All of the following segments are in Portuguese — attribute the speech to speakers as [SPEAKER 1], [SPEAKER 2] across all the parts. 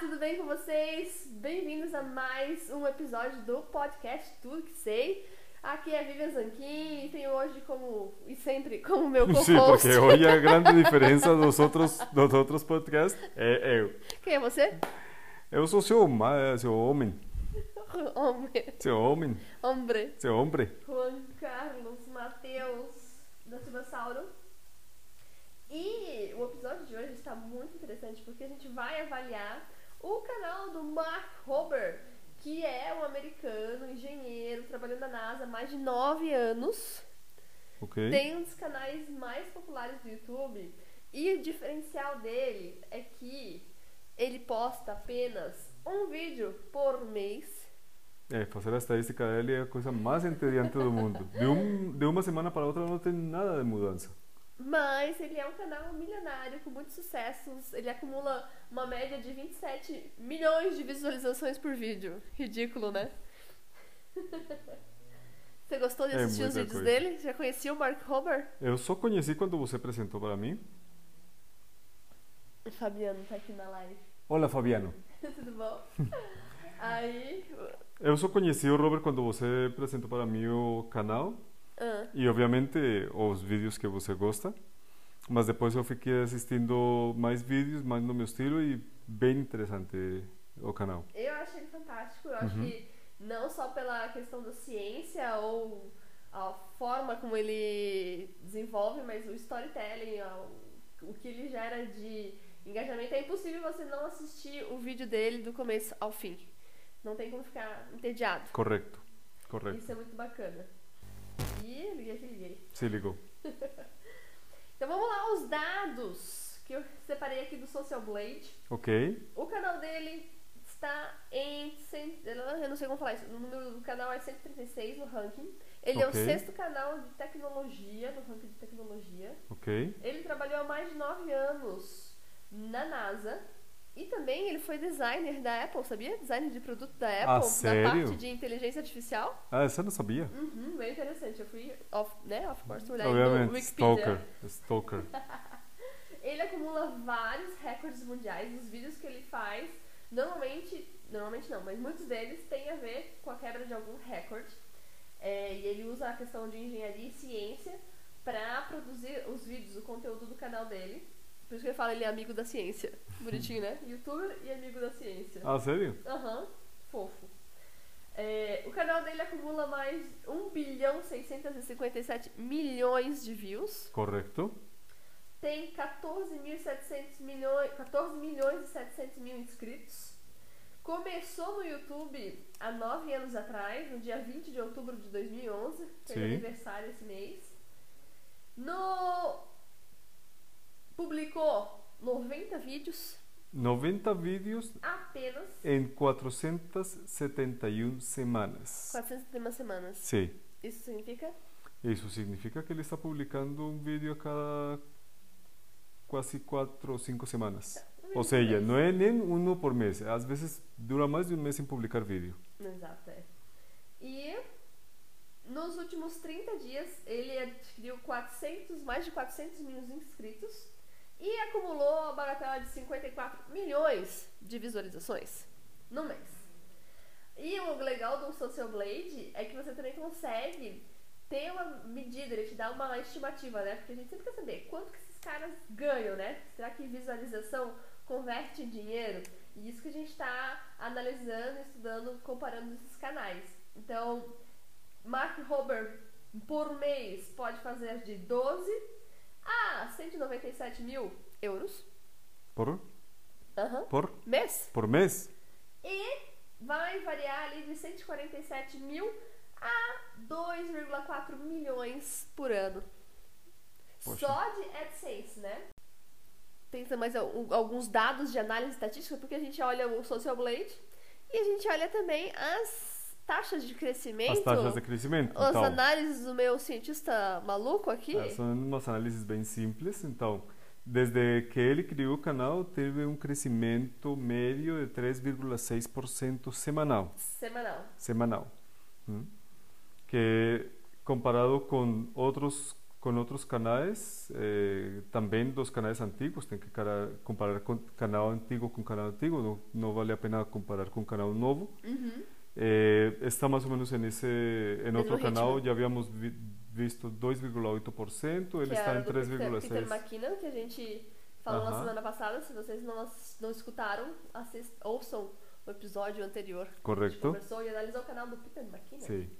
[SPEAKER 1] tudo bem com vocês? Bem-vindos a mais um episódio do podcast Tudo Que Sei. Aqui é Vivian Zanquim e tenho hoje como, e sempre, como meu co-host.
[SPEAKER 2] Sí, porque hoy la grande diferença dos outros, dos outros podcasts Eh, é eu.
[SPEAKER 1] Quem é você?
[SPEAKER 2] Eu sou seu, ma- eh, seu homem,
[SPEAKER 1] Homem.
[SPEAKER 2] seu homem,
[SPEAKER 1] Hombre.
[SPEAKER 2] seu homem.
[SPEAKER 1] Juan Carlos Matheus da Silvasauro. E o episódio de hoje está muito interessante porque a gente vai avaliar o canal do Mark Hober, que é um americano, engenheiro, trabalhando na NASA há mais de 9 anos.
[SPEAKER 2] Ok?
[SPEAKER 1] Tem um dos canais mais populares do YouTube. E o diferencial dele é que ele posta apenas um vídeo por mês.
[SPEAKER 2] É, fazer a estadística dele é a coisa mais entediante do mundo. De, um, de uma semana para outra não tem nada de mudança.
[SPEAKER 1] Mas ele é um canal milionário com muitos sucessos. Ele acumula uma média de 27 milhões de visualizações por vídeo. Ridículo, né? Você gostou de
[SPEAKER 2] É
[SPEAKER 1] assistir os
[SPEAKER 2] muita
[SPEAKER 1] vídeos
[SPEAKER 2] coisa.
[SPEAKER 1] dele? Já conhecia o Mark Homer?
[SPEAKER 2] Eu só conheci quando você apresentou para mim.
[SPEAKER 1] O Fabiano tá aqui na live.
[SPEAKER 2] Olá, Fabiano.
[SPEAKER 1] Tudo bom? Aí.
[SPEAKER 2] Eu só conheci o Eh, Robert quando você apresentou para mim o canal
[SPEAKER 1] ah,
[SPEAKER 2] e, obviamente, os vídeos que você gosta. Mas depois eu fiquei assistindo mais vídeos, mais no meu estilo e bem interessante o canal.
[SPEAKER 1] eu achei ele fantástico. Eu acho
[SPEAKER 2] Uhum.
[SPEAKER 1] que não só pela questão da ciência ou a forma como ele desenvolve, mas o storytelling, a- o que ele gera de engajamento. É impossível você não assistir o vídeo dele do começo ao fim. Não tem como ficar entediado.
[SPEAKER 2] Correto, correto.
[SPEAKER 1] Isso é muito bacana. Ih, liguei que liguei.
[SPEAKER 2] Se ligou.
[SPEAKER 1] Então vamos lá, os dados que eu separei aqui do Social Blade.
[SPEAKER 2] Ok,
[SPEAKER 1] O canal dele está em. cem- Eu não sei como falar isso. O número do canal é 136 no ranking. Ele é o
[SPEAKER 2] Ok.
[SPEAKER 1] sexto canal de tecnologia, no ranking de tecnologia.
[SPEAKER 2] ok.
[SPEAKER 1] Ele trabalhou há mais de 9 anos na NASA. E também ele foi designer da Apple, sabia? Designer de produto da Apple, da
[SPEAKER 2] Ah, sério?
[SPEAKER 1] parte de inteligência artificial.
[SPEAKER 2] Ah, essa eu não sabia.
[SPEAKER 1] Uhum, bem interessante. Eu fui, of, né, of course, olhar no
[SPEAKER 2] Obviamente,
[SPEAKER 1] Wikipedia.
[SPEAKER 2] stalker, stalker.
[SPEAKER 1] Ele acumula vários recordes mundiais. Os vídeos que ele faz, normalmente, normalmente não, mas muitos deles têm a ver com a quebra de algum recorde. É, e ele usa a questão de engenharia e ciência para produzir os vídeos, o conteúdo do canal dele. Por isso que eu falo, ele é amigo da ciência. Bonitinho, né? Youtuber e amigo da ciência.
[SPEAKER 2] Ah, sério?
[SPEAKER 1] Aham, fofo. É, o canal dele acumula mais 1 bilhão 657 milhões de views
[SPEAKER 2] Correto.
[SPEAKER 1] tem 14.700 milhões, 14 milhões e 700 mil inscritos. Começou no YouTube há nove anos atrás, no dia 20 de outubro de 2011, fez
[SPEAKER 2] Sim.
[SPEAKER 1] aniversário esse mês. No publicou 90 vídeos
[SPEAKER 2] 90 vídeos
[SPEAKER 1] apenas
[SPEAKER 2] em 471 semanas.
[SPEAKER 1] 431 semanas.
[SPEAKER 2] Sim.
[SPEAKER 1] Isso significa
[SPEAKER 2] Isso significa que ele está publicando um vídeo a cada quase quatro ou cinco semanas. Ou seja, não é nem um por mês. Às vezes dura mais de um mês sem publicar vídeo.
[SPEAKER 1] Exato, é. E nos últimos 30 dias ele adquiriu 400, mais de 400 mil inscritos e acumulou a bagatela de 54 milhões de visualizações no mês. E o legal do Social Blade é que você também consegue ter uma medida, ele te dá uma estimativa, né? Porque a gente sempre quer saber quanto que esses caras ganham, né? Será que visualização converte em dinheiro? E isso que a gente está analisando, estudando, comparando esses canais. Então, Mark Robert por mês pode fazer de 12 a 197 mil euros
[SPEAKER 2] Por?
[SPEAKER 1] Aham.
[SPEAKER 2] Por?
[SPEAKER 1] mês.
[SPEAKER 2] Por mês?
[SPEAKER 1] E vai variar ali de 147 mil a 2,4 milhões por ano.
[SPEAKER 2] Poxa.
[SPEAKER 1] Só de AdSense, né? Tem mais al- alguns dados de análise estatística, porque a gente olha o Social Blade e a gente olha também as taxas de crescimento.
[SPEAKER 2] As taxas de crescimento.
[SPEAKER 1] As
[SPEAKER 2] então.
[SPEAKER 1] análises do meu cientista maluco aqui.
[SPEAKER 2] É, são umas análises bem simples. Então, desde que ele criou o canal, teve um crescimento médio de 3,6% semanal.
[SPEAKER 1] Semanal.
[SPEAKER 2] semanal, hum? que comparado com outros com outros canais, eh, também dos canais antigos, tem que cara- comparar com canal antigo com canal antigo, não, não vale a pena comparar com canal novo.
[SPEAKER 1] Uhum.
[SPEAKER 2] Eh, está mais ou menos em esse, em
[SPEAKER 1] Mesmo
[SPEAKER 2] outro canal,
[SPEAKER 1] ritmo.
[SPEAKER 2] já havíamos vi, visto 2,8%, ele
[SPEAKER 1] que
[SPEAKER 2] está
[SPEAKER 1] era
[SPEAKER 2] Tipo, em
[SPEAKER 1] do Peter, Peter
[SPEAKER 2] 3,6%.
[SPEAKER 1] McKinnon, que a gente falou na
[SPEAKER 2] Aham.
[SPEAKER 1] semana passada. Se vocês não, ass- não escutaram, assist, ouçam o episódio anterior. A gente
[SPEAKER 2] Correto?
[SPEAKER 1] conversou e analisou o canal do Peter McKinnon.
[SPEAKER 2] Sim.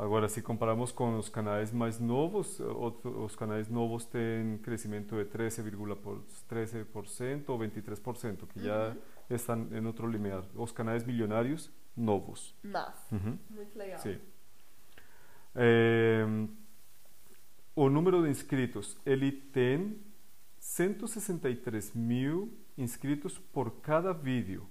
[SPEAKER 2] Agora, se comparamos com os canais mais novos, outro- os canais novos têm crescimento de 13,13% por- 13% ou 23%, que já
[SPEAKER 1] Uhum.
[SPEAKER 2] estão em outro limiar. Os canais milionários novos.
[SPEAKER 1] Mas,
[SPEAKER 2] Uhum.
[SPEAKER 1] muito legal.
[SPEAKER 2] Sim. Eh, o número de inscritos, ele tem 163 mil inscritos por cada vídeo.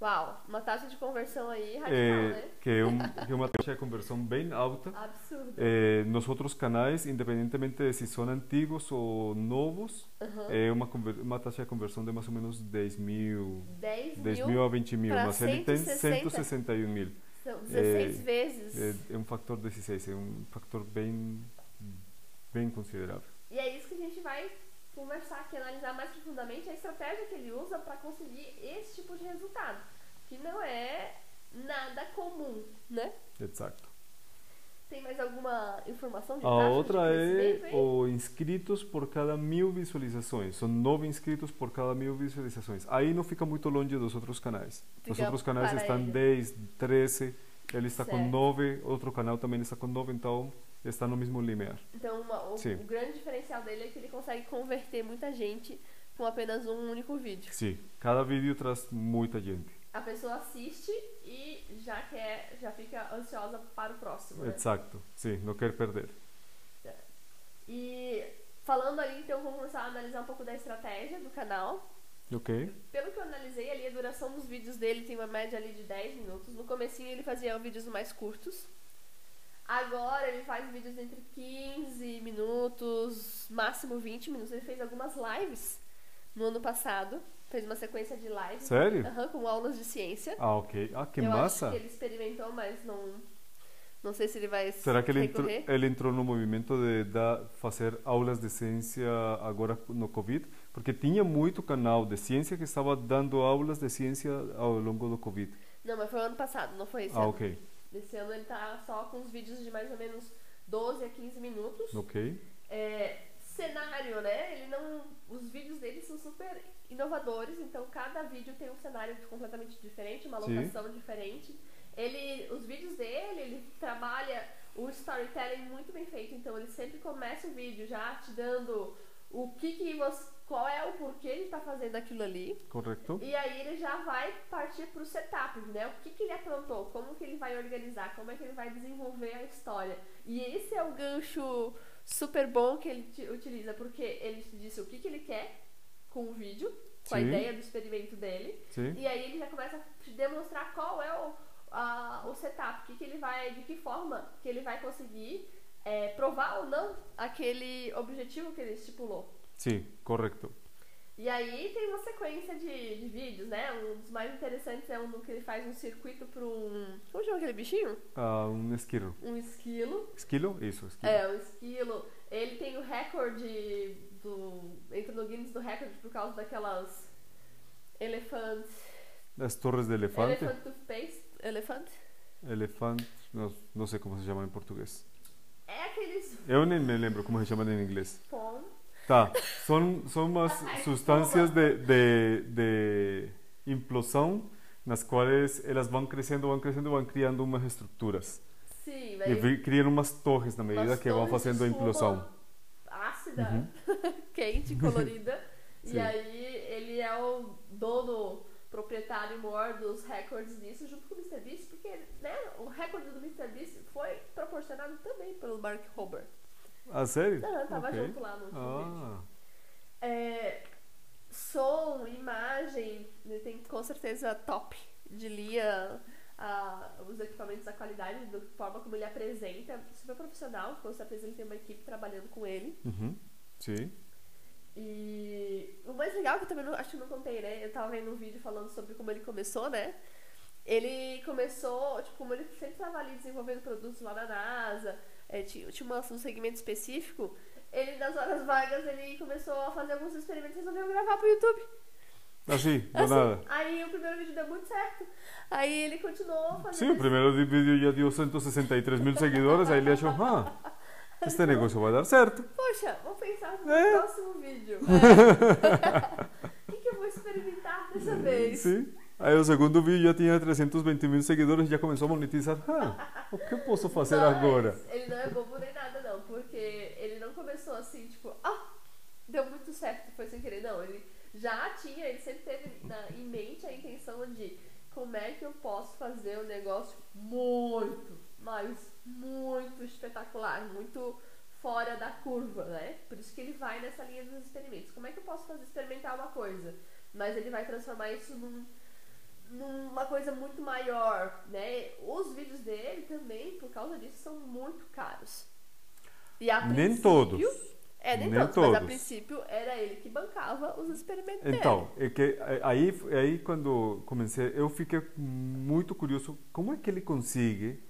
[SPEAKER 1] Uau, uma taxa de conversão aí radical,
[SPEAKER 2] Eh,
[SPEAKER 1] né?
[SPEAKER 2] que, é um, que é uma taxa de conversão bem alta.
[SPEAKER 1] Absurdo.
[SPEAKER 2] Eh, nos outros canais, independentemente de se são antigos ou novos,
[SPEAKER 1] Aham.
[SPEAKER 2] é uma, eh, conver- uma taxa de conversão de mais ou menos 10 mil,
[SPEAKER 1] 10
[SPEAKER 2] 10
[SPEAKER 1] mil,
[SPEAKER 2] mil a 20 mil,
[SPEAKER 1] pra
[SPEAKER 2] mas ele tem
[SPEAKER 1] 160.
[SPEAKER 2] 161 mil.
[SPEAKER 1] são 16
[SPEAKER 2] eh,
[SPEAKER 1] vezes.
[SPEAKER 2] É, é um factor 16, é um factor bem, bem considerável.
[SPEAKER 1] E é isso que a gente vai conversar aqui, analisar mais profundamente a estratégia que ele usa para conseguir esse tipo de resultado, que não é nada comum, né?
[SPEAKER 2] Exato.
[SPEAKER 1] Tem mais alguma informação de
[SPEAKER 2] A
[SPEAKER 1] taxa de
[SPEAKER 2] outra
[SPEAKER 1] crescimento
[SPEAKER 2] é
[SPEAKER 1] aí?
[SPEAKER 2] o inscritos por cada mil visualizações. São nove inscritos por cada mil visualizações. Aí não fica muito longe dos outros canais. Os
[SPEAKER 1] Fica
[SPEAKER 2] outros canais
[SPEAKER 1] para
[SPEAKER 2] estão
[SPEAKER 1] ele.
[SPEAKER 2] 10, 13, ele está com
[SPEAKER 1] Certo.
[SPEAKER 2] 9, outro canal também está com 9, então está no mesmo limiar.
[SPEAKER 1] Então, uma- o,
[SPEAKER 2] Sim.
[SPEAKER 1] o grande diferencial dele é que ele consegue converter muita gente com apenas um único vídeo.
[SPEAKER 2] Sim, cada vídeo traz muita gente.
[SPEAKER 1] A pessoa assiste e já quer, já fica ansiosa para o próximo, né?
[SPEAKER 2] Exato, sim, não quer perder.
[SPEAKER 1] E falando ali, então vamos começar a analisar um pouco da estratégia do canal.
[SPEAKER 2] Ok,
[SPEAKER 1] Pelo que eu analisei ali, a duração dos vídeos dele tem uma média ali de 10 minutos. No comecinho ele fazia vídeos mais curtos. Agora ele faz vídeos entre 15 minutos, máximo 20 minutos. Ele fez algumas lives no ano passado. Fez uma sequência de lives.
[SPEAKER 2] sério?
[SPEAKER 1] Aham, com aulas de ciência.
[SPEAKER 2] Ah, ok. Ah, que
[SPEAKER 1] eu
[SPEAKER 2] massa!
[SPEAKER 1] acho que ele experimentou, mas não. Não sei se ele vai
[SPEAKER 2] Será que ele entrou,
[SPEAKER 1] recorrer.
[SPEAKER 2] ele entrou no movimento de dar, fazer aulas de ciência agora no Covid? Porque tinha muito canal de ciência que estava dando aulas de ciência ao longo do Covid.
[SPEAKER 1] Não, mas foi o ano passado, não foi esse
[SPEAKER 2] Ah,
[SPEAKER 1] ano.
[SPEAKER 2] ok.
[SPEAKER 1] Esse ano ele tá só com os vídeos de mais ou menos 12 a 15 minutos.
[SPEAKER 2] Ok.
[SPEAKER 1] é, cenário, né? Ele não, os vídeos dele são super inovadores, então cada vídeo tem um cenário completamente diferente, uma
[SPEAKER 2] Sim.
[SPEAKER 1] locação diferente. Ele, os vídeos dele, ele trabalha o storytelling muito bem feito, então ele sempre começa o vídeo já te dando o que que você, qual é o porquê ele tá fazendo aquilo ali.
[SPEAKER 2] Correto?
[SPEAKER 1] E aí ele já vai partir pro setup, né? O que, que ele aprontou, como que ele vai organizar, como é que ele vai desenvolver a história. E esse é o gancho super bom que ele ti- utiliza, porque ele te disse o que, que ele quer com o vídeo, com a
[SPEAKER 2] Sim.
[SPEAKER 1] ideia do experimento dele.
[SPEAKER 2] Sim.
[SPEAKER 1] E aí ele já começa a te demonstrar qual é o, a- o setup, o que, que ele vai, de que forma que ele vai conseguir é, provar ou não aquele objetivo que ele estipulou.
[SPEAKER 2] Sim, correto.
[SPEAKER 1] E aí tem uma sequência de, de vídeos, né? Um dos mais interessantes é um no que ele faz um circuito para um. Como chama aquele bichinho?
[SPEAKER 2] Ah, um esquilo.
[SPEAKER 1] Um esquilo.
[SPEAKER 2] Esquilo? Isso, esquilo.
[SPEAKER 1] É, um esquilo. Ele tem o recorde do. Entra no Guinness do recorde por causa daquelas. Elefante.
[SPEAKER 2] As torres de elefante.
[SPEAKER 1] Elefante toothpaste. Elefante?
[SPEAKER 2] Elefante. Não, não sei como se chama em português.
[SPEAKER 1] É aqueles.
[SPEAKER 2] Eu nem me lembro como se chama em inglês.
[SPEAKER 1] Pom.
[SPEAKER 2] Tá, são, são umas substâncias de, de, de implosão nas quais elas vão crescendo, vão crescendo, vão criando umas estruturas.
[SPEAKER 1] Sim,
[SPEAKER 2] E
[SPEAKER 1] mas.
[SPEAKER 2] vi- criam umas torres na medida
[SPEAKER 1] umas
[SPEAKER 2] que vão
[SPEAKER 1] torres de
[SPEAKER 2] fazendo a implosão.
[SPEAKER 1] espuma Ácida,
[SPEAKER 2] Uhum.
[SPEAKER 1] quente, colorida. e
[SPEAKER 2] Sim.
[SPEAKER 1] aí ele é o dono, proprietário maior dos recordes disso, junto com o Mr. Beast, porque né, o recorde do Mr. Beast foi proporcionado também pelo Mark Hober.
[SPEAKER 2] Ah, sério?
[SPEAKER 1] Não, tava
[SPEAKER 2] Ok.
[SPEAKER 1] junto lá no no vídeo.
[SPEAKER 2] Ah,
[SPEAKER 1] É, som, imagem, ele tem com certeza top de Lia. a- os equipamentos, a qualidade, da forma como ele apresenta, super profissional, com certeza ele tem uma equipe trabalhando com ele.
[SPEAKER 2] uhum. sim.
[SPEAKER 1] E o mais legal que eu também não, acho que não contei, né? Eu tava vendo um vídeo falando sobre como ele começou, né? Ele começou, tipo, como ele sempre tava ali desenvolvendo produtos lá na NASA, é, ti- tinha, uma- um segmento específico, ele nas horas vagas, ele começou a fazer alguns experimentos e resolveu gravar pro YouTube.
[SPEAKER 2] Assim, do
[SPEAKER 1] Assim,
[SPEAKER 2] Ah, nada.
[SPEAKER 1] Aí o primeiro vídeo deu muito certo. Aí ele continuou fazendo.
[SPEAKER 2] Sí, el primer vídeo ya dio 163 mil seguidores, ahí le achó, ah, este negocio va a dar certo.
[SPEAKER 1] Poxa, vou pensar no
[SPEAKER 2] É.
[SPEAKER 1] próximo vídeo. É. O que, que eu vou experimentar dessa vez?
[SPEAKER 2] Sí. Aí o segundo vídeo já tinha 320 mil seguidores e já começou a monetizar. Ah, o que eu posso fazer
[SPEAKER 1] Mas
[SPEAKER 2] agora?
[SPEAKER 1] Ele não é bobo nem nada, não, porque ele não começou assim, tipo, ah, deu muito certo, foi sem querer. Não, ele já tinha, ele sempre teve na- em mente a intenção de como é que eu posso fazer um negócio muito, mas muito espetacular, muito fora da curva, né? Por isso que ele vai nessa linha dos experimentos. Como é que eu posso fazer experimentar uma coisa? Mas ele vai transformar isso num numa coisa muito maior, né? Os vídeos dele também, por causa disso, são muito caros. E a
[SPEAKER 2] Nem
[SPEAKER 1] princípio-
[SPEAKER 2] todos.
[SPEAKER 1] É, nem, todos,
[SPEAKER 2] Nem
[SPEAKER 1] mas a
[SPEAKER 2] todos.
[SPEAKER 1] princípio era ele que bancava os experimentos dele.
[SPEAKER 2] Então, é que é, aí, aí quando comecei, eu fiquei muito curioso como é que ele consegue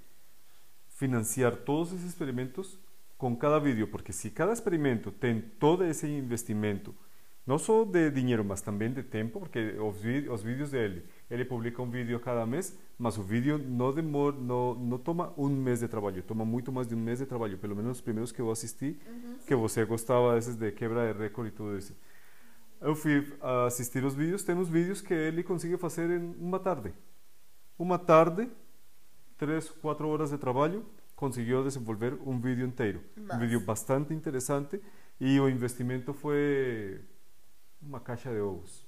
[SPEAKER 2] financiar todos esses experimentos com cada vídeo, porque se cada experimento tem todo esse investimento, não só de dinheiro, mas também de tempo, porque os, vi- os vídeos dele, ele publica um vídeo cada mês, mas o vídeo não demora, não, não toma um mês de trabalho, toma muito mais de um mês de trabalho, pelo menos os primeiros que eu assisti, que você gostava esses de quebra de recorde e tudo isso. Eu fui assistir os vídeos, tem uns vídeos que ele consegue fazer em uma tarde. Uma tarde, três, quatro horas de trabalho, conseguiu desenvolver um vídeo inteiro. Um
[SPEAKER 1] Massa.
[SPEAKER 2] vídeo bastante interessante e o investimento foi uma caixa de ovos.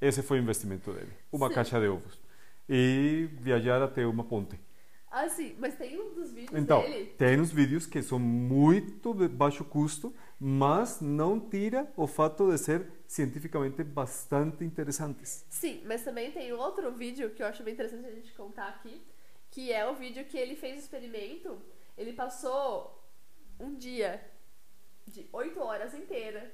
[SPEAKER 2] Esse foi o investimento dele, uma
[SPEAKER 1] Sim.
[SPEAKER 2] caixa de ovos. E viajar até uma ponte.
[SPEAKER 1] Assim, mas tem um dos vídeos
[SPEAKER 2] Então,
[SPEAKER 1] dele.
[SPEAKER 2] tem uns vídeos que são muito de baixo custo, mas não tira o fato de ser cientificamente bastante interessantes.
[SPEAKER 1] Sim, mas também tem outro vídeo que eu acho bem interessante a gente contar aqui, que é o vídeo que ele fez o experimento. Ele passou um dia de 8 horas inteira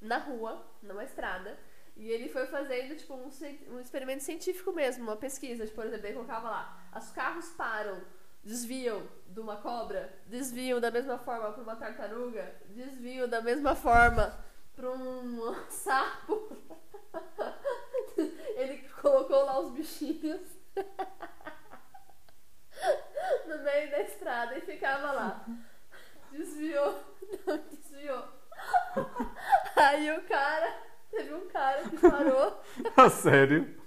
[SPEAKER 1] na rua, numa estrada, e ele foi fazendo tipo um, cien- um experimento científico mesmo, uma pesquisa. Tipo, por exemplo, ele colocava lá, os carros param, desviam de uma cobra, desviam da mesma forma para uma tartaruga, desviam da mesma forma para um sapo. Ele colocou lá os bichinhos no meio da estrada e ficava lá. Desviou, não desviou. Aí o cara, teve um cara que parou,
[SPEAKER 2] A sério?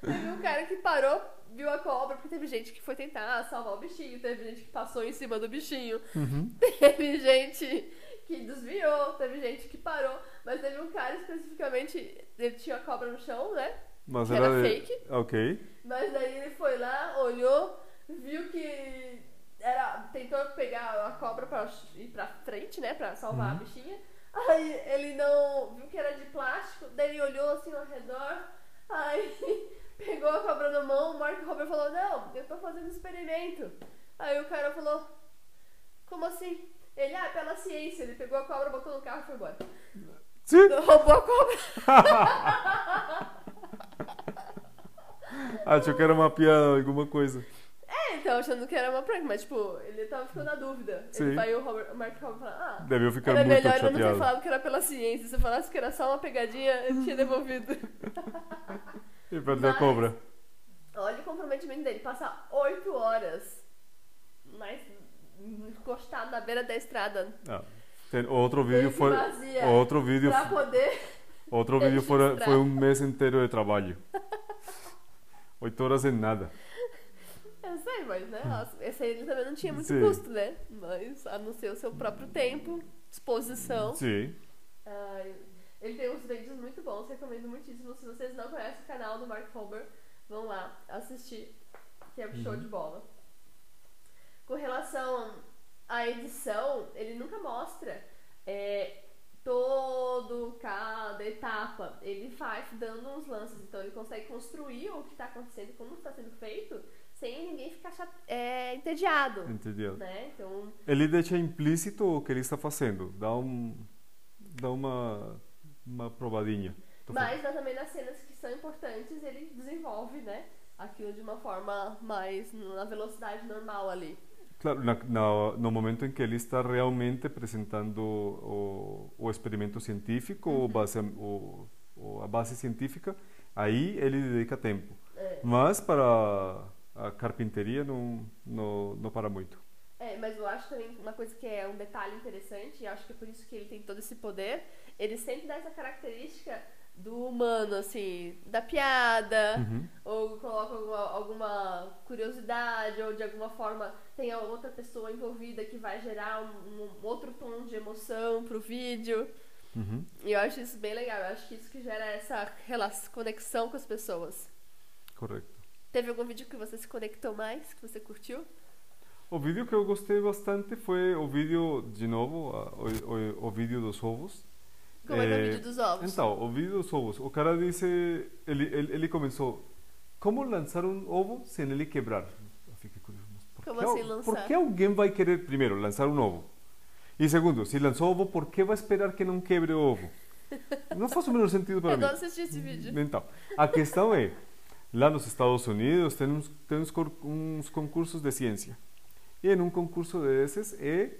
[SPEAKER 1] teve um cara que parou, viu a cobra, porque teve gente que foi tentar salvar o bichinho, teve gente que passou em cima do bichinho,
[SPEAKER 2] Uhum.
[SPEAKER 1] teve gente que desviou, teve gente que parou, mas teve um cara especificamente, ele tinha a cobra no chão, né?
[SPEAKER 2] Mas
[SPEAKER 1] Que era
[SPEAKER 2] de-
[SPEAKER 1] fake.
[SPEAKER 2] Ok.
[SPEAKER 1] Mas daí ele foi lá, olhou, viu que era tentou pegar a cobra pra ir pra frente, né, Pra salvar a
[SPEAKER 2] Uhum.
[SPEAKER 1] bichinha. Aí ele não viu que era de plástico, daí ele olhou assim ao redor, aí pegou a cobra na mão, o Mark Robert falou: "Não, eu tô fazendo experimento". Aí o cara falou: "Como assim?" Ele, ah, pela ciência, ele pegou a cobra, botou no carro e foi embora.
[SPEAKER 2] Sim.
[SPEAKER 1] Roubou a cobra.
[SPEAKER 2] Acho que era uma piada, alguma coisa.
[SPEAKER 1] É, então, achando que era uma prank, mas tipo, ele tava ficando na dúvida. Ele
[SPEAKER 2] Sim.
[SPEAKER 1] vai e o, Robert, o Mark Robert fala, ah,
[SPEAKER 2] Deviou ficar
[SPEAKER 1] era
[SPEAKER 2] muito
[SPEAKER 1] melhor eu não ter
[SPEAKER 2] chateado.
[SPEAKER 1] falado que era pela ciência. Se eu falasse que era só uma pegadinha, eu tinha devolvido.
[SPEAKER 2] E perdeu a
[SPEAKER 1] Mas-
[SPEAKER 2] cobra.
[SPEAKER 1] Olha o comprometimento dele, passar oito horas mas encostado na beira da estrada
[SPEAKER 2] Ah, tem outro
[SPEAKER 1] meio
[SPEAKER 2] vídeo
[SPEAKER 1] que
[SPEAKER 2] foi...
[SPEAKER 1] vazia
[SPEAKER 2] Outro vídeo,
[SPEAKER 1] é. pra poder.
[SPEAKER 2] outro
[SPEAKER 1] Deixa
[SPEAKER 2] vídeo foi,
[SPEAKER 1] entrar.
[SPEAKER 2] foi um mês inteiro de trabalho. Oito horas em nada.
[SPEAKER 1] Eu sei, mas né? nossa, Esse aí ele também não tinha muito
[SPEAKER 2] Sim.
[SPEAKER 1] custo, né? Mas a não ser o seu próprio tempo, disposição.
[SPEAKER 2] Sim.
[SPEAKER 1] Ai, ele tem uns vídeos muito bons, recomendo muitíssimo. Se vocês não conhecem o canal do Mark Hober, vão lá assistir, que é um show
[SPEAKER 2] Uhum.
[SPEAKER 1] de bola. Com relação à edição, ele nunca mostra é, todo, cada etapa. Ele faz dando uns lances, então ele consegue construir o que está acontecendo, como está sendo feito, sem ninguém ficar chate- é, entediado.
[SPEAKER 2] Entendido.
[SPEAKER 1] Né? Então,
[SPEAKER 2] Ele deixa implícito o que ele está fazendo, dá um dá uma uma provadinha. Tô falando.
[SPEAKER 1] Mas né, também nas cenas que são importantes, ele desenvolve, né? Aquilo de uma forma mais na velocidade normal ali.
[SPEAKER 2] Claro, na, na- no momento em que ele está realmente apresentando o, o experimento científico ou, base, ou, ou a base científica, aí ele dedica tempo.
[SPEAKER 1] É.
[SPEAKER 2] Mas para a carpinteria não, não, não para muito.
[SPEAKER 1] É, mas eu acho também uma coisa que é um detalhe interessante, e acho que é por isso que ele tem todo esse poder, ele sempre dá essa característica do humano, assim, da piada,
[SPEAKER 2] Uhum.
[SPEAKER 1] ou coloca alguma, alguma curiosidade, ou de alguma forma tem a outra pessoa envolvida que vai gerar um, um outro tom de emoção pro vídeo.
[SPEAKER 2] Uhum.
[SPEAKER 1] E eu acho isso bem legal, eu acho que isso que gera essa rela- conexão com as pessoas.
[SPEAKER 2] Correto.
[SPEAKER 1] Teve algum vídeo que você se conectou mais, que você curtiu?
[SPEAKER 2] O vídeo que eu gostei bastante foi o vídeo, de novo, a- o, o, o vídeo dos ovos.
[SPEAKER 1] Como é, que é o
[SPEAKER 2] É,
[SPEAKER 1] vídeo dos ovos?
[SPEAKER 2] Então, o vídeo dos ovos. O cara disse. Ele, ele, ele começou. Como lançar um ovo sem ele quebrar? Eu fiquei curioso. mas Por
[SPEAKER 1] Como
[SPEAKER 2] que, al-
[SPEAKER 1] assim lançar?
[SPEAKER 2] Por que alguém vai querer, primeiro, lançar um ovo? E segundo, se lançou ovo, por que vai esperar que não quebre o ovo? Não faz o menor sentido para
[SPEAKER 1] eu
[SPEAKER 2] mim.
[SPEAKER 1] não assisti esse vídeo.
[SPEAKER 2] Então, a questão é, lá nos Estados Unidos tem uns, tem uns, cor- uns concursos de ciência. E em um concurso desses é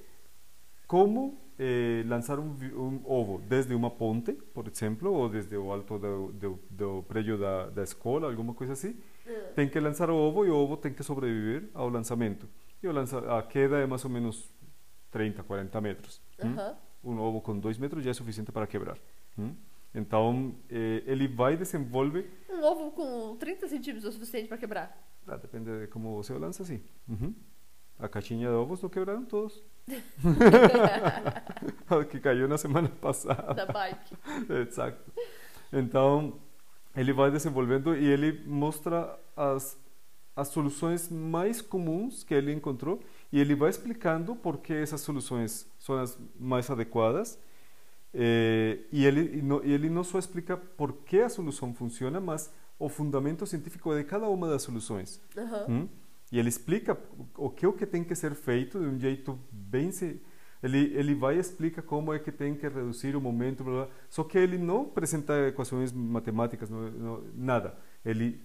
[SPEAKER 2] como eh, lançar um, vi- um ovo desde uma ponte, por exemplo, ou desde o alto do, do, do prédio da, da escola, alguma coisa assim.
[SPEAKER 1] Ah.
[SPEAKER 2] Tem que lançar o ovo e o ovo tem que sobreviver ao lançamento. E o lança, a queda é mais ou menos 30, 40 metros. hum?
[SPEAKER 1] Aham.
[SPEAKER 2] um ovo com dois metros já é suficiente para quebrar. hum? Então, eh, ele vai e desenvolve.
[SPEAKER 1] Um ovo com 30 centímetros é o suficiente pra quebrar.
[SPEAKER 2] Ah, depende de como você o lança, sim. Uhum. A caixinha de ovos não quebraram todos. A que caiu na semana passada.
[SPEAKER 1] da bike.
[SPEAKER 2] Exato. Então, ele vai desenvolvendo e ele mostra as, as soluções mais comuns que ele encontrou e ele vai explicando por que essas soluções são as mais adequadas. Eh, e ele, e no- e ele não só explica por que a solução funciona, mas o fundamento científico de cada uma das soluções.
[SPEAKER 1] Aham.
[SPEAKER 2] Hum? E ele explica o que o que tem que ser feito de um jeito bem se ele ele vai e explica como é que tem que reduzir o momento, blá, blá. só que ele não apresenta equações matemáticas, não, não- nada. Ele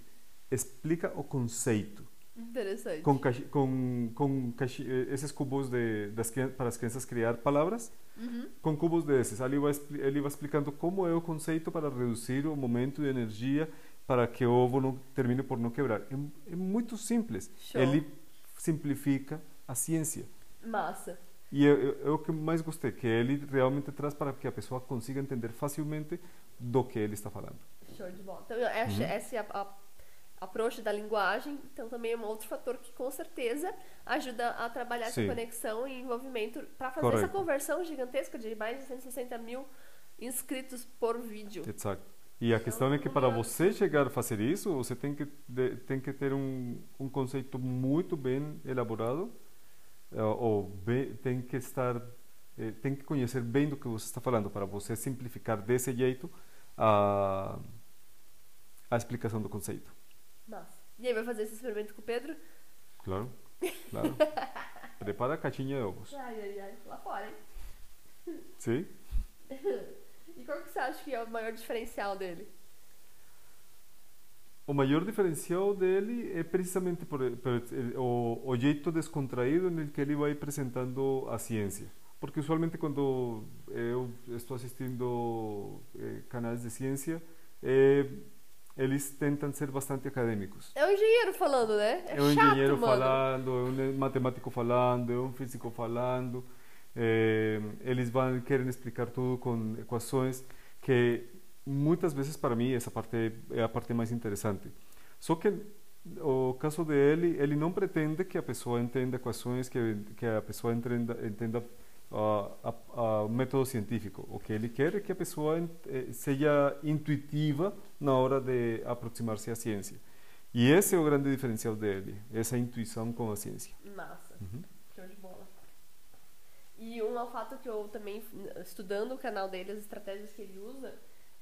[SPEAKER 2] explica o conceito
[SPEAKER 1] Interessante.
[SPEAKER 2] com caixi- com, com caixi- eh, esses cubos de das crian- para as crianças criar palavras
[SPEAKER 1] Uhum.
[SPEAKER 2] com cubos desses. Ali vai, expli- ele vai explicando como é o conceito para reduzir o momento de energia para que o ovo não termine por não quebrar. É, é muito simples.
[SPEAKER 1] Show.
[SPEAKER 2] Ele simplifica a ciência.
[SPEAKER 1] Massa.
[SPEAKER 2] E é, é- é o que mais gostei, que ele realmente traz para que a pessoa consiga entender facilmente do que ele está falando.
[SPEAKER 1] Show de bola. Então, eu acho
[SPEAKER 2] Uhum.
[SPEAKER 1] essa é a, a approach da linguagem. Então, também é um outro fator que, com certeza, ajuda a trabalhar essa
[SPEAKER 2] Sim.
[SPEAKER 1] conexão e envolvimento pra fazer essa
[SPEAKER 2] Correto.
[SPEAKER 1] conversão gigantesca de mais de 160 mil inscritos por vídeo.
[SPEAKER 2] Exato. E a questão é que para você chegar a fazer isso, você tem que de- tem que ter um, um conceito muito bem elaborado, eh, ou be- tem que estar eh, tem que conhecer bem do que você está falando para você simplificar desse jeito a a explicação do conceito.
[SPEAKER 1] Massa. E aí, vai fazer esse experimento com o Pedro?
[SPEAKER 2] Claro. Claro. Prepara a caixinha de ovos.
[SPEAKER 1] Ai, ai, ai. Lá fora, hein?
[SPEAKER 2] Sim?
[SPEAKER 1] E qual que você acha que é o maior diferencial dele?
[SPEAKER 2] O maior diferencial dele é eh, precisamente por, por- o, o jeito descontraído no que ele vai apresentando a ciência. Porque usualmente quando eu estou assistindo eh, canais de ciência, eh, eles tentam ser bastante acadêmicos.
[SPEAKER 1] É o engenheiro falando, né? É,
[SPEAKER 2] É um
[SPEAKER 1] chato,
[SPEAKER 2] engenheiro
[SPEAKER 1] mano.
[SPEAKER 2] falando, é um matemático falando, é um físico falando. eh, eles vão querem explicar tudo com equações que muitas vezes para mim essa parte é a parte mais interessante. Só que o caso dele, ele não pretende que a pessoa entenda equações, que que a pessoa entenda entenda ah, a, a, o método científico. O que ele quer é que a pessoa ent- eh, seja intuitiva na hora de aproximar-se à ciência. E esse é o grande diferencial dele, essa intuição com a ciência.
[SPEAKER 1] Massa.
[SPEAKER 2] Uhum.
[SPEAKER 1] Show de bola. E um fato que eu também, estudando o canal dele, as estratégias que ele usa,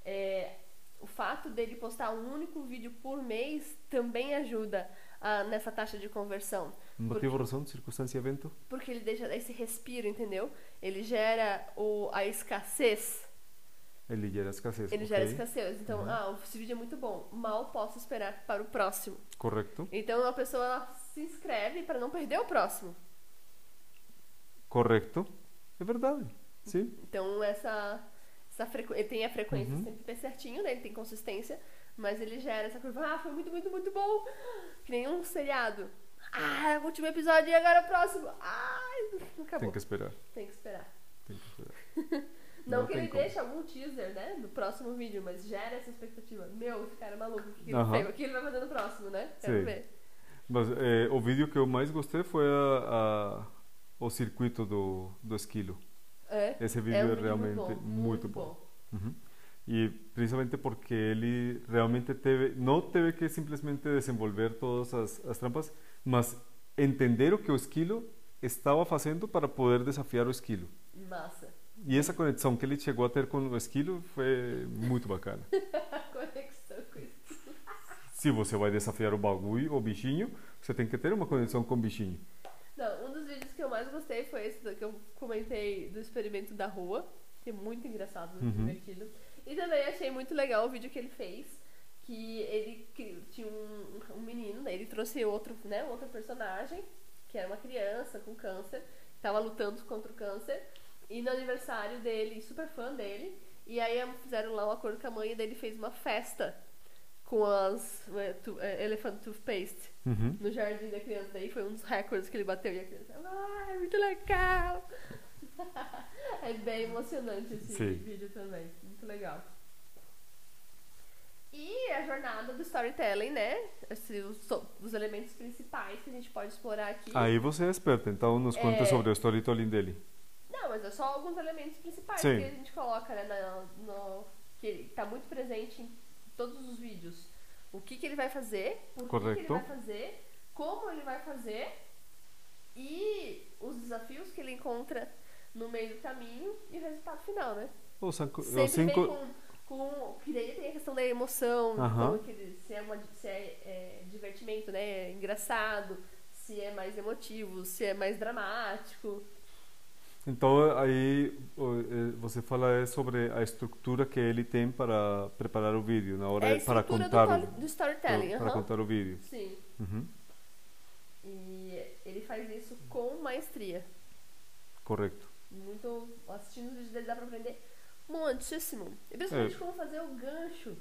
[SPEAKER 1] é, o fato dele postar um único vídeo por mês também ajuda a- nessa taxa de conversão.
[SPEAKER 2] Um Motivo, razão, circunstância, evento?
[SPEAKER 1] Porque ele deixa esse respiro, entendeu? Ele gera o, a escassez.
[SPEAKER 2] Ele gera escassez.
[SPEAKER 1] Ele
[SPEAKER 2] ok?
[SPEAKER 1] gera escassez. Então,
[SPEAKER 2] Uhum.
[SPEAKER 1] ah, esse vídeo é muito bom. Mal posso esperar para o próximo.
[SPEAKER 2] Correto.
[SPEAKER 1] Então a pessoa ela se inscreve para não perder o próximo.
[SPEAKER 2] Correcto. É verdade. Sim.
[SPEAKER 1] Então essa, essa frequ... ele tem a frequência
[SPEAKER 2] Uhum.
[SPEAKER 1] sempre bem certinho, né? Ele tem consistência, mas ele gera essa curva, ah, foi muito, muito, muito bom. Que nem um seriado. Ah, o último episódio e agora o próximo. Ah, acabou.
[SPEAKER 2] Tem que esperar.
[SPEAKER 1] Tem que esperar.
[SPEAKER 2] Tem que esperar.
[SPEAKER 1] Não,
[SPEAKER 2] Não
[SPEAKER 1] que
[SPEAKER 2] tem
[SPEAKER 1] ele
[SPEAKER 2] como.
[SPEAKER 1] deixe algum teaser, né? Do próximo vídeo, mas gera essa expectativa. Meu, esse cara é maluco. O que, que ele
[SPEAKER 2] Aham.
[SPEAKER 1] fez? O que ele vai fazer no próximo, né? Quero
[SPEAKER 2] Sim.
[SPEAKER 1] ver.
[SPEAKER 2] Mas eh, o vídeo que eu mais gostei foi a, a- o circuito do, do esquilo.
[SPEAKER 1] É.
[SPEAKER 2] Esse vídeo
[SPEAKER 1] é
[SPEAKER 2] é
[SPEAKER 1] um vídeo
[SPEAKER 2] realmente
[SPEAKER 1] muito bom.
[SPEAKER 2] muito bom. Uhum. E principalmente porque ele realmente teve, não teve que simplesmente desenvolver todas as, as trampas, mas entender o que o esquilo estava fazendo para poder desafiar o esquilo.
[SPEAKER 1] Massa.
[SPEAKER 2] E essa conexão que ele chegou a ter com o esquilo foi muito bacana.
[SPEAKER 1] A conexão com isso.
[SPEAKER 2] Se você vai desafiar o bagulho, o bichinho, você tem que ter uma conexão com o bichinho.
[SPEAKER 1] Não, um dos vídeos que eu mais gostei foi esse do- que eu comentei do experimento da rua, que é muito engraçado, muito
[SPEAKER 2] Uhum.
[SPEAKER 1] divertido. E também achei muito legal o vídeo que ele fez, que ele cri- tinha um, um menino, daí ele trouxe outro, né, um outro personagem, que era uma criança com câncer, que tava lutando contra o câncer, e no aniversário dele, super fã dele, e aí fizeram lá um acordo com a mãe, e daí ele fez uma festa com as eh, tu- eh, Elephant Toothpaste
[SPEAKER 2] Uhum.
[SPEAKER 1] no jardim da criança. Daí foi um dos recordes que ele bateu e a criança, ah, é muito legal. é bem emocionante esse
[SPEAKER 2] Sim.
[SPEAKER 1] vídeo também, muito legal. E a jornada do storytelling, né? Esse- os, so- os elementos principais que a gente pode explorar aqui.
[SPEAKER 2] Aí você é esperta, então nos conta
[SPEAKER 1] É.
[SPEAKER 2] sobre o storytelling dele.
[SPEAKER 1] Não, mas é só alguns elementos principais
[SPEAKER 2] Sim.
[SPEAKER 1] que a gente coloca, né? na- no, que tá muito presente em todos os vídeos. O que, que ele vai fazer, por que que ele
[SPEAKER 2] Correto.
[SPEAKER 1] vai fazer, como ele vai fazer e os desafios que ele encontra no meio do caminho e o resultado final, né?
[SPEAKER 2] Os, cinco- os
[SPEAKER 1] Sempre
[SPEAKER 2] cinco-
[SPEAKER 1] vem com, com. Que daí tem a questão da emoção, de
[SPEAKER 2] Aham.
[SPEAKER 1] como que ele- se é, uma, se é, é, divertimento, né? É engraçado, se é mais emotivo, se é mais dramático.
[SPEAKER 2] Então aí o- eh, você fala é sobre a estrutura que ele tem para preparar o vídeo na hora
[SPEAKER 1] É a
[SPEAKER 2] de- para
[SPEAKER 1] estrutura
[SPEAKER 2] contar
[SPEAKER 1] do,
[SPEAKER 2] o,
[SPEAKER 1] tol- do storytelling.
[SPEAKER 2] para
[SPEAKER 1] aham.
[SPEAKER 2] contar o vídeo.
[SPEAKER 1] Sim.
[SPEAKER 2] Uhum,
[SPEAKER 1] E ele faz isso com maestria.
[SPEAKER 2] Correto.
[SPEAKER 1] Muito. Assistindo os vídeos dele dá pra aprender muitíssimo. E principalmente
[SPEAKER 2] É.
[SPEAKER 1] como fazer o gancho.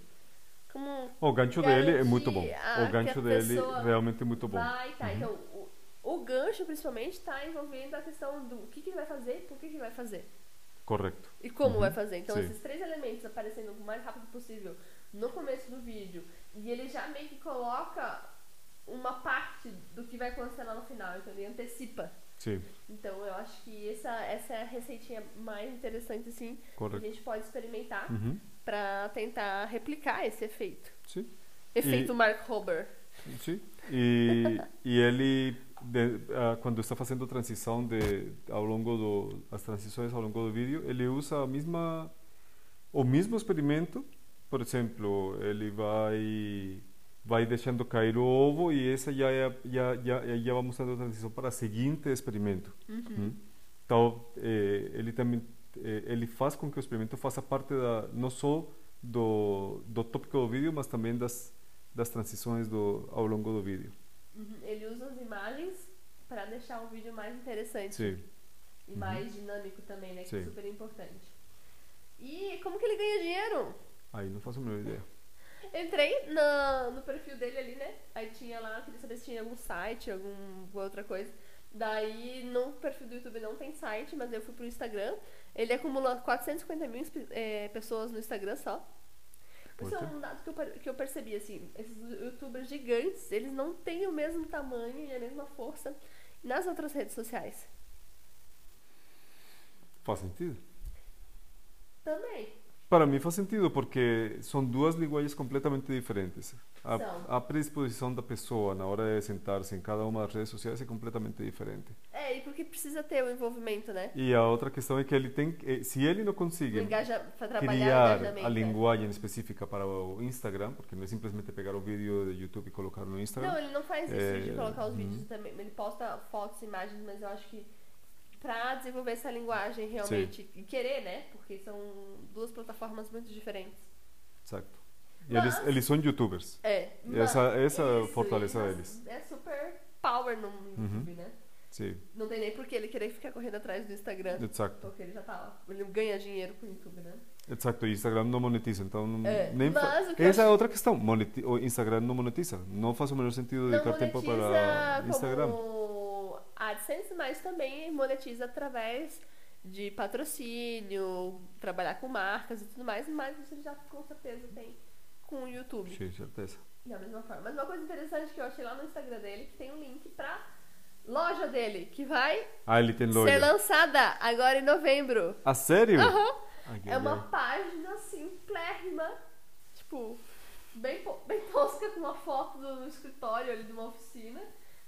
[SPEAKER 1] Como
[SPEAKER 2] O gancho
[SPEAKER 1] Garantir
[SPEAKER 2] dele é muito bom.
[SPEAKER 1] a- que
[SPEAKER 2] O gancho
[SPEAKER 1] a
[SPEAKER 2] dele
[SPEAKER 1] pessoa
[SPEAKER 2] realmente é muito bom.
[SPEAKER 1] vai, tá.
[SPEAKER 2] Uhum.
[SPEAKER 1] Então, o, o gancho principalmente tá envolvendo a questão do o que, que ele vai fazer e por que, que ele vai fazer.
[SPEAKER 2] Correto.
[SPEAKER 1] E como
[SPEAKER 2] Uhum,
[SPEAKER 1] vai fazer. Então,
[SPEAKER 2] sim.
[SPEAKER 1] esses três elementos aparecendo o mais rápido possível no começo do vídeo. E ele já meio que coloca uma parte do que vai acontecer lá no final. Então, ele antecipa.
[SPEAKER 2] Sim,
[SPEAKER 1] Então, eu acho que essa, essa é a receitinha mais interessante, assim, que a
[SPEAKER 2] correto.
[SPEAKER 1] gente pode experimentar
[SPEAKER 2] Uhum,
[SPEAKER 1] pra tentar replicar esse efeito.
[SPEAKER 2] Sim.
[SPEAKER 1] Efeito Mark Hober.
[SPEAKER 2] Sim. E, e ele, de, ah, quando está fazendo transição de, ao longo do, as transições ao longo do vídeo, ele usa a mesma, o mesmo experimento. Por exemplo, ele vai vai deixando cair o ovo e essa já é, já, já, já vai mostrando a transição para o seguinte experimento. Hum. Então, eh, ele também eh, ele faz com que o experimento faça parte da, não só do, do tópico do vídeo, mas também das, das transições do, ao longo do vídeo.
[SPEAKER 1] Uhum. Ele usa as imagens pra deixar o vídeo mais interessante
[SPEAKER 2] Sim. Uhum.
[SPEAKER 1] e mais dinâmico também, né? Que é
[SPEAKER 2] Sim.
[SPEAKER 1] super importante. E como que ele ganha dinheiro?
[SPEAKER 2] Aí não faço a menor ideia.
[SPEAKER 1] Entrei na- no perfil dele ali, né? Aí tinha lá, queria saber se tinha algum site, alguma outra coisa. Daí no perfil do YouTube não tem site, mas eu fui pro Instagram. Ele acumula 450 mil inspi- eh, pessoas no Instagram só. Isso é
[SPEAKER 2] Puta.
[SPEAKER 1] um dado que eu, per- que eu percebi, assim, esses youtubers gigantes, eles não têm o mesmo tamanho e a mesma força nas outras redes sociais.
[SPEAKER 2] Faz sentido.
[SPEAKER 1] Também.
[SPEAKER 2] Para mim faz sentido porque são duas linguagens completamente diferentes.
[SPEAKER 1] São.
[SPEAKER 2] A, a predisposição da pessoa na hora de sentar-se em cada uma das redes sociais é completamente diferente.
[SPEAKER 1] É, e porque precisa ter o envolvimento, né?
[SPEAKER 2] E a outra questão é que ele tem, que- eh, se ele não
[SPEAKER 1] O
[SPEAKER 2] consegue
[SPEAKER 1] engaja, pra trabalhar o
[SPEAKER 2] criar
[SPEAKER 1] engajamento.
[SPEAKER 2] a
[SPEAKER 1] né?
[SPEAKER 2] linguagem específica para o Instagram, porque não é simplesmente pegar o vídeo do YouTube e colocar no
[SPEAKER 1] Não,
[SPEAKER 2] Instagram.
[SPEAKER 1] ele não faz isso de
[SPEAKER 2] É,
[SPEAKER 1] colocar os
[SPEAKER 2] uhum.
[SPEAKER 1] vídeos também. Ele posta fotos, imagens, mas eu acho que pra desenvolver essa linguagem realmente e querer, né? Porque são duas plataformas muito diferentes.
[SPEAKER 2] Exato. E
[SPEAKER 1] Mas-
[SPEAKER 2] eles, eles são youtubers.
[SPEAKER 1] É.
[SPEAKER 2] Essa- essa é a Uhum.
[SPEAKER 1] isso,
[SPEAKER 2] fortaleza
[SPEAKER 1] e
[SPEAKER 2] deles.
[SPEAKER 1] É super power no YouTube, né?
[SPEAKER 2] Sim,
[SPEAKER 1] Não tem nem por que ele querer ficar correndo atrás do Instagram.
[SPEAKER 2] exato.
[SPEAKER 1] Porque ele já tá lá. Ele ganha dinheiro com o YouTube, né?
[SPEAKER 2] Exato, e Instagram não monetiza, então não-
[SPEAKER 1] É,
[SPEAKER 2] nem fa-
[SPEAKER 1] mas Eh, o que eu
[SPEAKER 2] Essa é
[SPEAKER 1] acho-
[SPEAKER 2] outra questão. Moneti... O Instagram não monetiza. Não faz o menor sentido
[SPEAKER 1] Não
[SPEAKER 2] dedicar tempo para
[SPEAKER 1] monetiza
[SPEAKER 2] Instagram.
[SPEAKER 1] como AdSense, mas também monetiza através de patrocínio, trabalhar com marcas e tudo mais, mas isso ele já com certeza tem com o YouTube.
[SPEAKER 2] Sim, certeza.
[SPEAKER 1] Da mesma forma. Mas uma coisa interessante que eu achei lá no Instagram dele, que tem um link pra loja dele, que vai
[SPEAKER 2] Ah, ele tem
[SPEAKER 1] ser
[SPEAKER 2] loja.
[SPEAKER 1] lançada agora em novembro.
[SPEAKER 2] Ah, sério?
[SPEAKER 1] Aham.
[SPEAKER 2] Ai,
[SPEAKER 1] É
[SPEAKER 2] ai,
[SPEAKER 1] uma
[SPEAKER 2] ai.
[SPEAKER 1] página simplérrima, tipo, bem, po- bem tosca, com uma foto do escritório ali de uma oficina,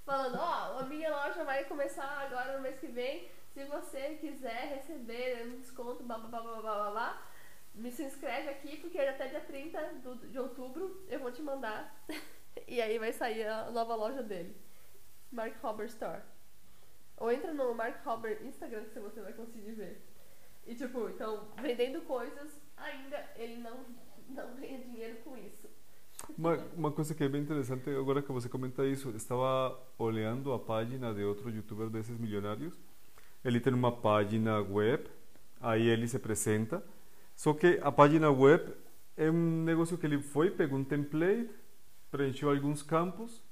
[SPEAKER 1] falando, ó, a minha loja vai começar agora no mês que vem, se você quiser receber um desconto, blá blá blá blá blá blá, blá me se inscreve aqui, porque até dia 30 do- de outubro eu vou te mandar. e aí vai sair a nova loja dele. Mark Robert Store. Ou entra no Mark Robert Instagram que você vai conseguir ver. E tipo, então, vendendo coisas, ainda ele não, não ganha dinheiro com isso.
[SPEAKER 2] Uma, uma coisa que é bem interessante, agora que você comenta isso, estava olhando a página de outro youtuber desses milionários. Ele tem uma página web, aí ele se apresenta. Só que a página web é um negócio que ele foi, pegou um template, preencheu alguns campos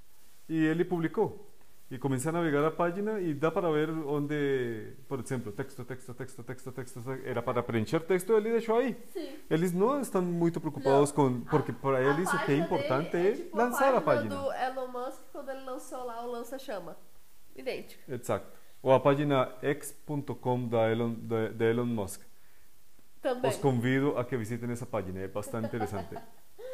[SPEAKER 2] e ele publicou. E comecei a navegar a página e dá para ver onde, por exemplo, texto, texto, texto, texto, texto, texto era para preencher texto, ele deixou aí.
[SPEAKER 1] Sim.
[SPEAKER 2] Eles não estão muito preocupados
[SPEAKER 1] Não.
[SPEAKER 2] com. Porque para
[SPEAKER 1] Ah,
[SPEAKER 2] eles o que é importante é, lançar a página.
[SPEAKER 1] tipo do Elon Musk quando ele lançou lá o lança-chama. Idêntico.
[SPEAKER 2] Exato. Ou a página x.com da Elon, da, da Elon Musk.
[SPEAKER 1] Também.
[SPEAKER 2] Os convido a que visitem essa página, é bastante interessante.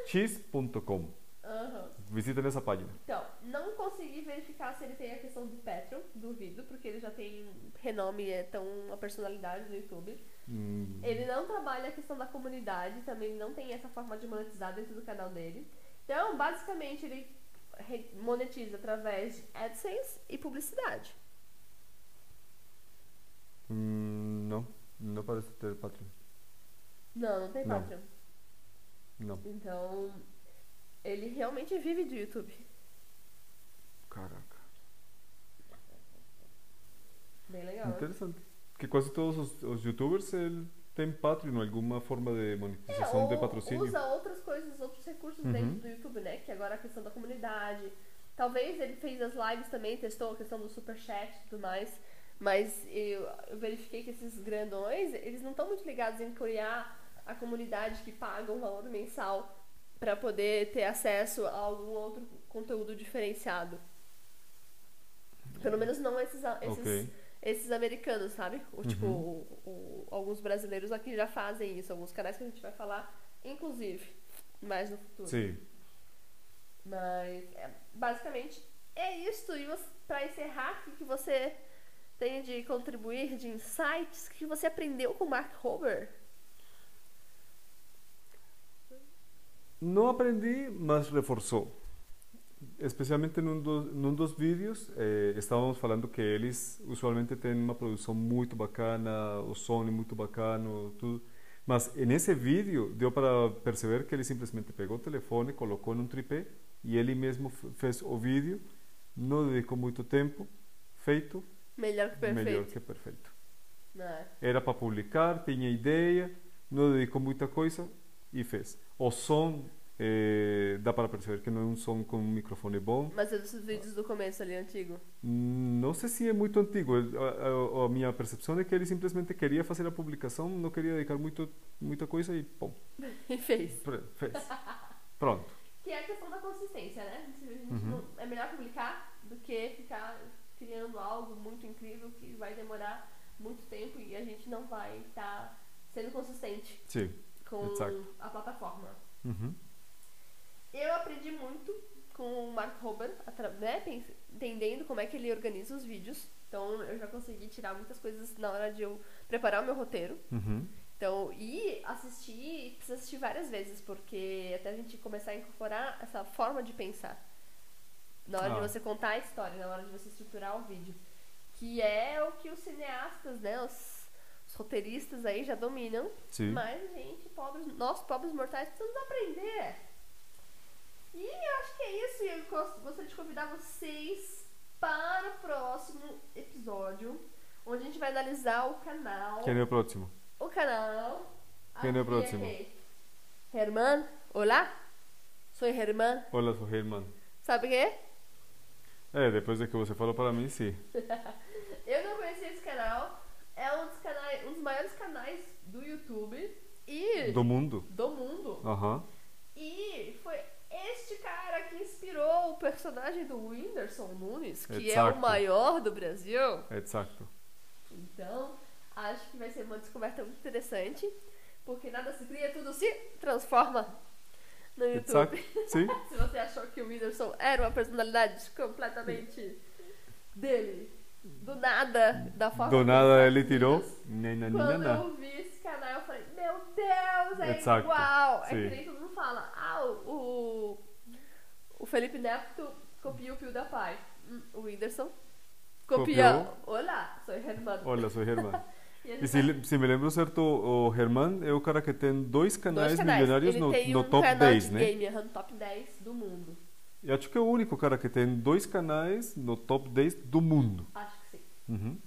[SPEAKER 2] x.com.
[SPEAKER 1] Aham.
[SPEAKER 2] Visitem essa página.
[SPEAKER 1] Então, não consegui verificar se ele tem a questão do Patreon, duvido, porque ele já tem renome, é tão uma personalidade no YouTube.
[SPEAKER 2] Hum,
[SPEAKER 1] Ele não trabalha a questão da comunidade, também não tem essa forma de monetizar dentro do canal dele. Então, basicamente, ele re- monetiza através de AdSense e publicidade.
[SPEAKER 2] Mm, hum, não, não parece ter Patreon.
[SPEAKER 1] Não, não tem
[SPEAKER 2] Não.
[SPEAKER 1] Patreon.
[SPEAKER 2] Não.
[SPEAKER 1] Então, ele realmente vive do YouTube.
[SPEAKER 2] Caraca.
[SPEAKER 1] Bem legal. né?
[SPEAKER 2] Interessante. Que quase todos os, os youtubers ele, têm Patreon, alguma forma de
[SPEAKER 1] É,
[SPEAKER 2] monetização
[SPEAKER 1] ou
[SPEAKER 2] de patrocínio.
[SPEAKER 1] usa outras coisas, outros recursos
[SPEAKER 2] Uhum.
[SPEAKER 1] dentro do YouTube, né? Que agora é a questão da comunidade. Talvez ele fez as lives também, testou a questão do superchat e tudo mais. Mas eu, eu verifiquei que esses grandões, eles não estão muito ligados em criar a comunidade que paga um valor mensal para poder ter acesso a algum outro conteúdo diferenciado. Pelo menos não esses, a- esses
[SPEAKER 2] Ok.
[SPEAKER 1] esses americanos, sabe? O, tipo,
[SPEAKER 2] Uhum.
[SPEAKER 1] o- o- alguns brasileiros aqui já fazem isso, alguns canais que a gente vai falar, inclusive, mais no futuro.
[SPEAKER 2] Sim.
[SPEAKER 1] Mas é, basicamente é isso. E você, pra encerrar, o que que você tem de contribuir de insights? O que você aprendeu com o Mark Hober?
[SPEAKER 2] Não aprendi, mas reforçou. Especialmente num, do, num dos vídeos, eh, estávamos falando que eles usualmente têm uma produção muito bacana, o som é muito bacano, tudo. Mas nesse vídeo deu para perceber que ele simplesmente pegou o telefone, colocou num tripé e ele mesmo f- fez o vídeo, não dedicou muito tempo, feito,
[SPEAKER 1] Melhor que perfeito.
[SPEAKER 2] melhor que perfeito.
[SPEAKER 1] Né?
[SPEAKER 2] Era para publicar, tinha ideia, não dedicou muita coisa e fez. O som, eh, dá para perceber que não é um som com um microfone bom.
[SPEAKER 1] Mas é dos vídeos do começo ali, antigo.
[SPEAKER 2] Hum, Não sei se é muito antigo. A, a- a minha percepção é que ele simplesmente queria fazer a publicação, não queria dedicar muito, muita coisa e, bom,
[SPEAKER 1] E fez.
[SPEAKER 2] pre- fez. Pronto.
[SPEAKER 1] Que é a questão da consistência, né? Se a gente
[SPEAKER 2] Uhum.
[SPEAKER 1] não- é melhor publicar do que ficar criando algo muito incrível que vai demorar muito tempo e a gente não vai estar sendo consistente
[SPEAKER 2] Sim.
[SPEAKER 1] com
[SPEAKER 2] Exato.
[SPEAKER 1] a plataforma.
[SPEAKER 2] Uhum.
[SPEAKER 1] Eu aprendi muito com o Mark Hober, atra- né, pen- entendendo como é que ele organiza os vídeos. Então eu já consegui tirar muitas coisas na hora de eu preparar o meu roteiro.
[SPEAKER 2] Uhum.
[SPEAKER 1] Então, e assistir, precisa assistir várias vezes, porque até a gente começar a incorporar essa forma de pensar. Na hora
[SPEAKER 2] Ah.
[SPEAKER 1] de você contar a história, na hora de você estruturar o vídeo. Que é o que os cineastas, né, os, os roteiristas aí já dominam.
[SPEAKER 2] Sim.
[SPEAKER 1] Mas a gente, pobres, nós, pobres mortais, precisamos aprender. E eu acho que é isso. E eu gos- gostaria de convidar vocês para o próximo episódio, onde a gente vai analisar o canal.
[SPEAKER 2] Quem é o próximo?
[SPEAKER 1] O canal.
[SPEAKER 2] Quem é o
[SPEAKER 1] aqui,
[SPEAKER 2] próximo?
[SPEAKER 1] aqui. Germán, olá. Sou Germán.
[SPEAKER 2] Olá, sou Herman.
[SPEAKER 1] Sabe quem?
[SPEAKER 2] É, depois de que você falou para mim, sim.
[SPEAKER 1] Eu não conhecia esse canal. É um dos canais, um dos maiores canais do YouTube e
[SPEAKER 2] Do mundo.
[SPEAKER 1] do mundo.
[SPEAKER 2] Aham.
[SPEAKER 1] E foi este cara que inspirou o personagem do Whindersson Nunes, que é
[SPEAKER 2] Exato.
[SPEAKER 1] o maior do Brasil.
[SPEAKER 2] Exato.
[SPEAKER 1] Então, acho que vai ser uma descoberta muito interessante, porque nada se cria, tudo se transforma no
[SPEAKER 2] Exato.
[SPEAKER 1] YouTube.
[SPEAKER 2] Sim.
[SPEAKER 1] Se você achou que o Whindersson era uma personalidade completamente dele, do nada, da forma
[SPEAKER 2] Do
[SPEAKER 1] que
[SPEAKER 2] nada
[SPEAKER 1] ele
[SPEAKER 2] ele
[SPEAKER 1] faz
[SPEAKER 2] tirou.
[SPEAKER 1] vídeos,
[SPEAKER 2] Né, né, né, né,
[SPEAKER 1] Quando
[SPEAKER 2] né.
[SPEAKER 1] eu vi esse canal, eu falei, meu Deus, é
[SPEAKER 2] Exato,
[SPEAKER 1] igual. É
[SPEAKER 2] sim.
[SPEAKER 1] que nem todo mundo fala, ah, o, o Felipe Neto copia o Pio da Pai. Hum, O Whindersson copia.
[SPEAKER 2] Copiou.
[SPEAKER 1] Olá, sou Hermano.
[SPEAKER 2] Olá, sou Herman.
[SPEAKER 1] E ele
[SPEAKER 2] E se, se me lembro certo, o Herman é o cara que tem dois canais,
[SPEAKER 1] Dois canais.
[SPEAKER 2] milionários
[SPEAKER 1] Ele
[SPEAKER 2] é no,
[SPEAKER 1] tem
[SPEAKER 2] no
[SPEAKER 1] um
[SPEAKER 2] top
[SPEAKER 1] canal
[SPEAKER 2] 10,
[SPEAKER 1] de
[SPEAKER 2] né?
[SPEAKER 1] Game, aham, top 10 do mundo.
[SPEAKER 2] E acho que é o único cara que tem dois canais no top 10 do mundo.
[SPEAKER 1] Acho que sim.
[SPEAKER 2] Uhum.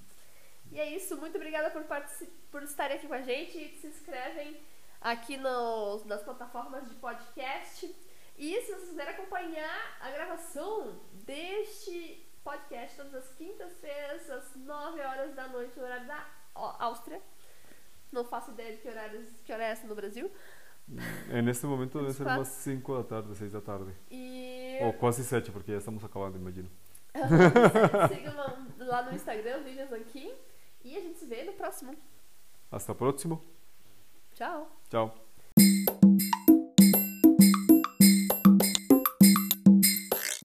[SPEAKER 1] E é isso, muito obrigada por, partici- por estarem aqui com a gente. E Se inscrevem aqui nos- nas plataformas de podcast. E se vocês quiserem acompanhar a gravação deste podcast todas as quintas-feiras, às 9 horas da noite, no horário da Ó- Áustria. Não faço ideia de que, horários, que hora é essa no Brasil.
[SPEAKER 2] E neste momento deve
[SPEAKER 1] Uns
[SPEAKER 2] ser
[SPEAKER 1] quatro.
[SPEAKER 2] umas 5 da tarde, 6 da tarde.
[SPEAKER 1] E.
[SPEAKER 2] Ou quase 7, porque já estamos acabando, imagino.
[SPEAKER 1] Sigam lá- lá no Instagram, Vivian Zanquim. E a gente se vê no próximo.
[SPEAKER 2] Hasta próximo.
[SPEAKER 1] Tchau!
[SPEAKER 2] Tchau.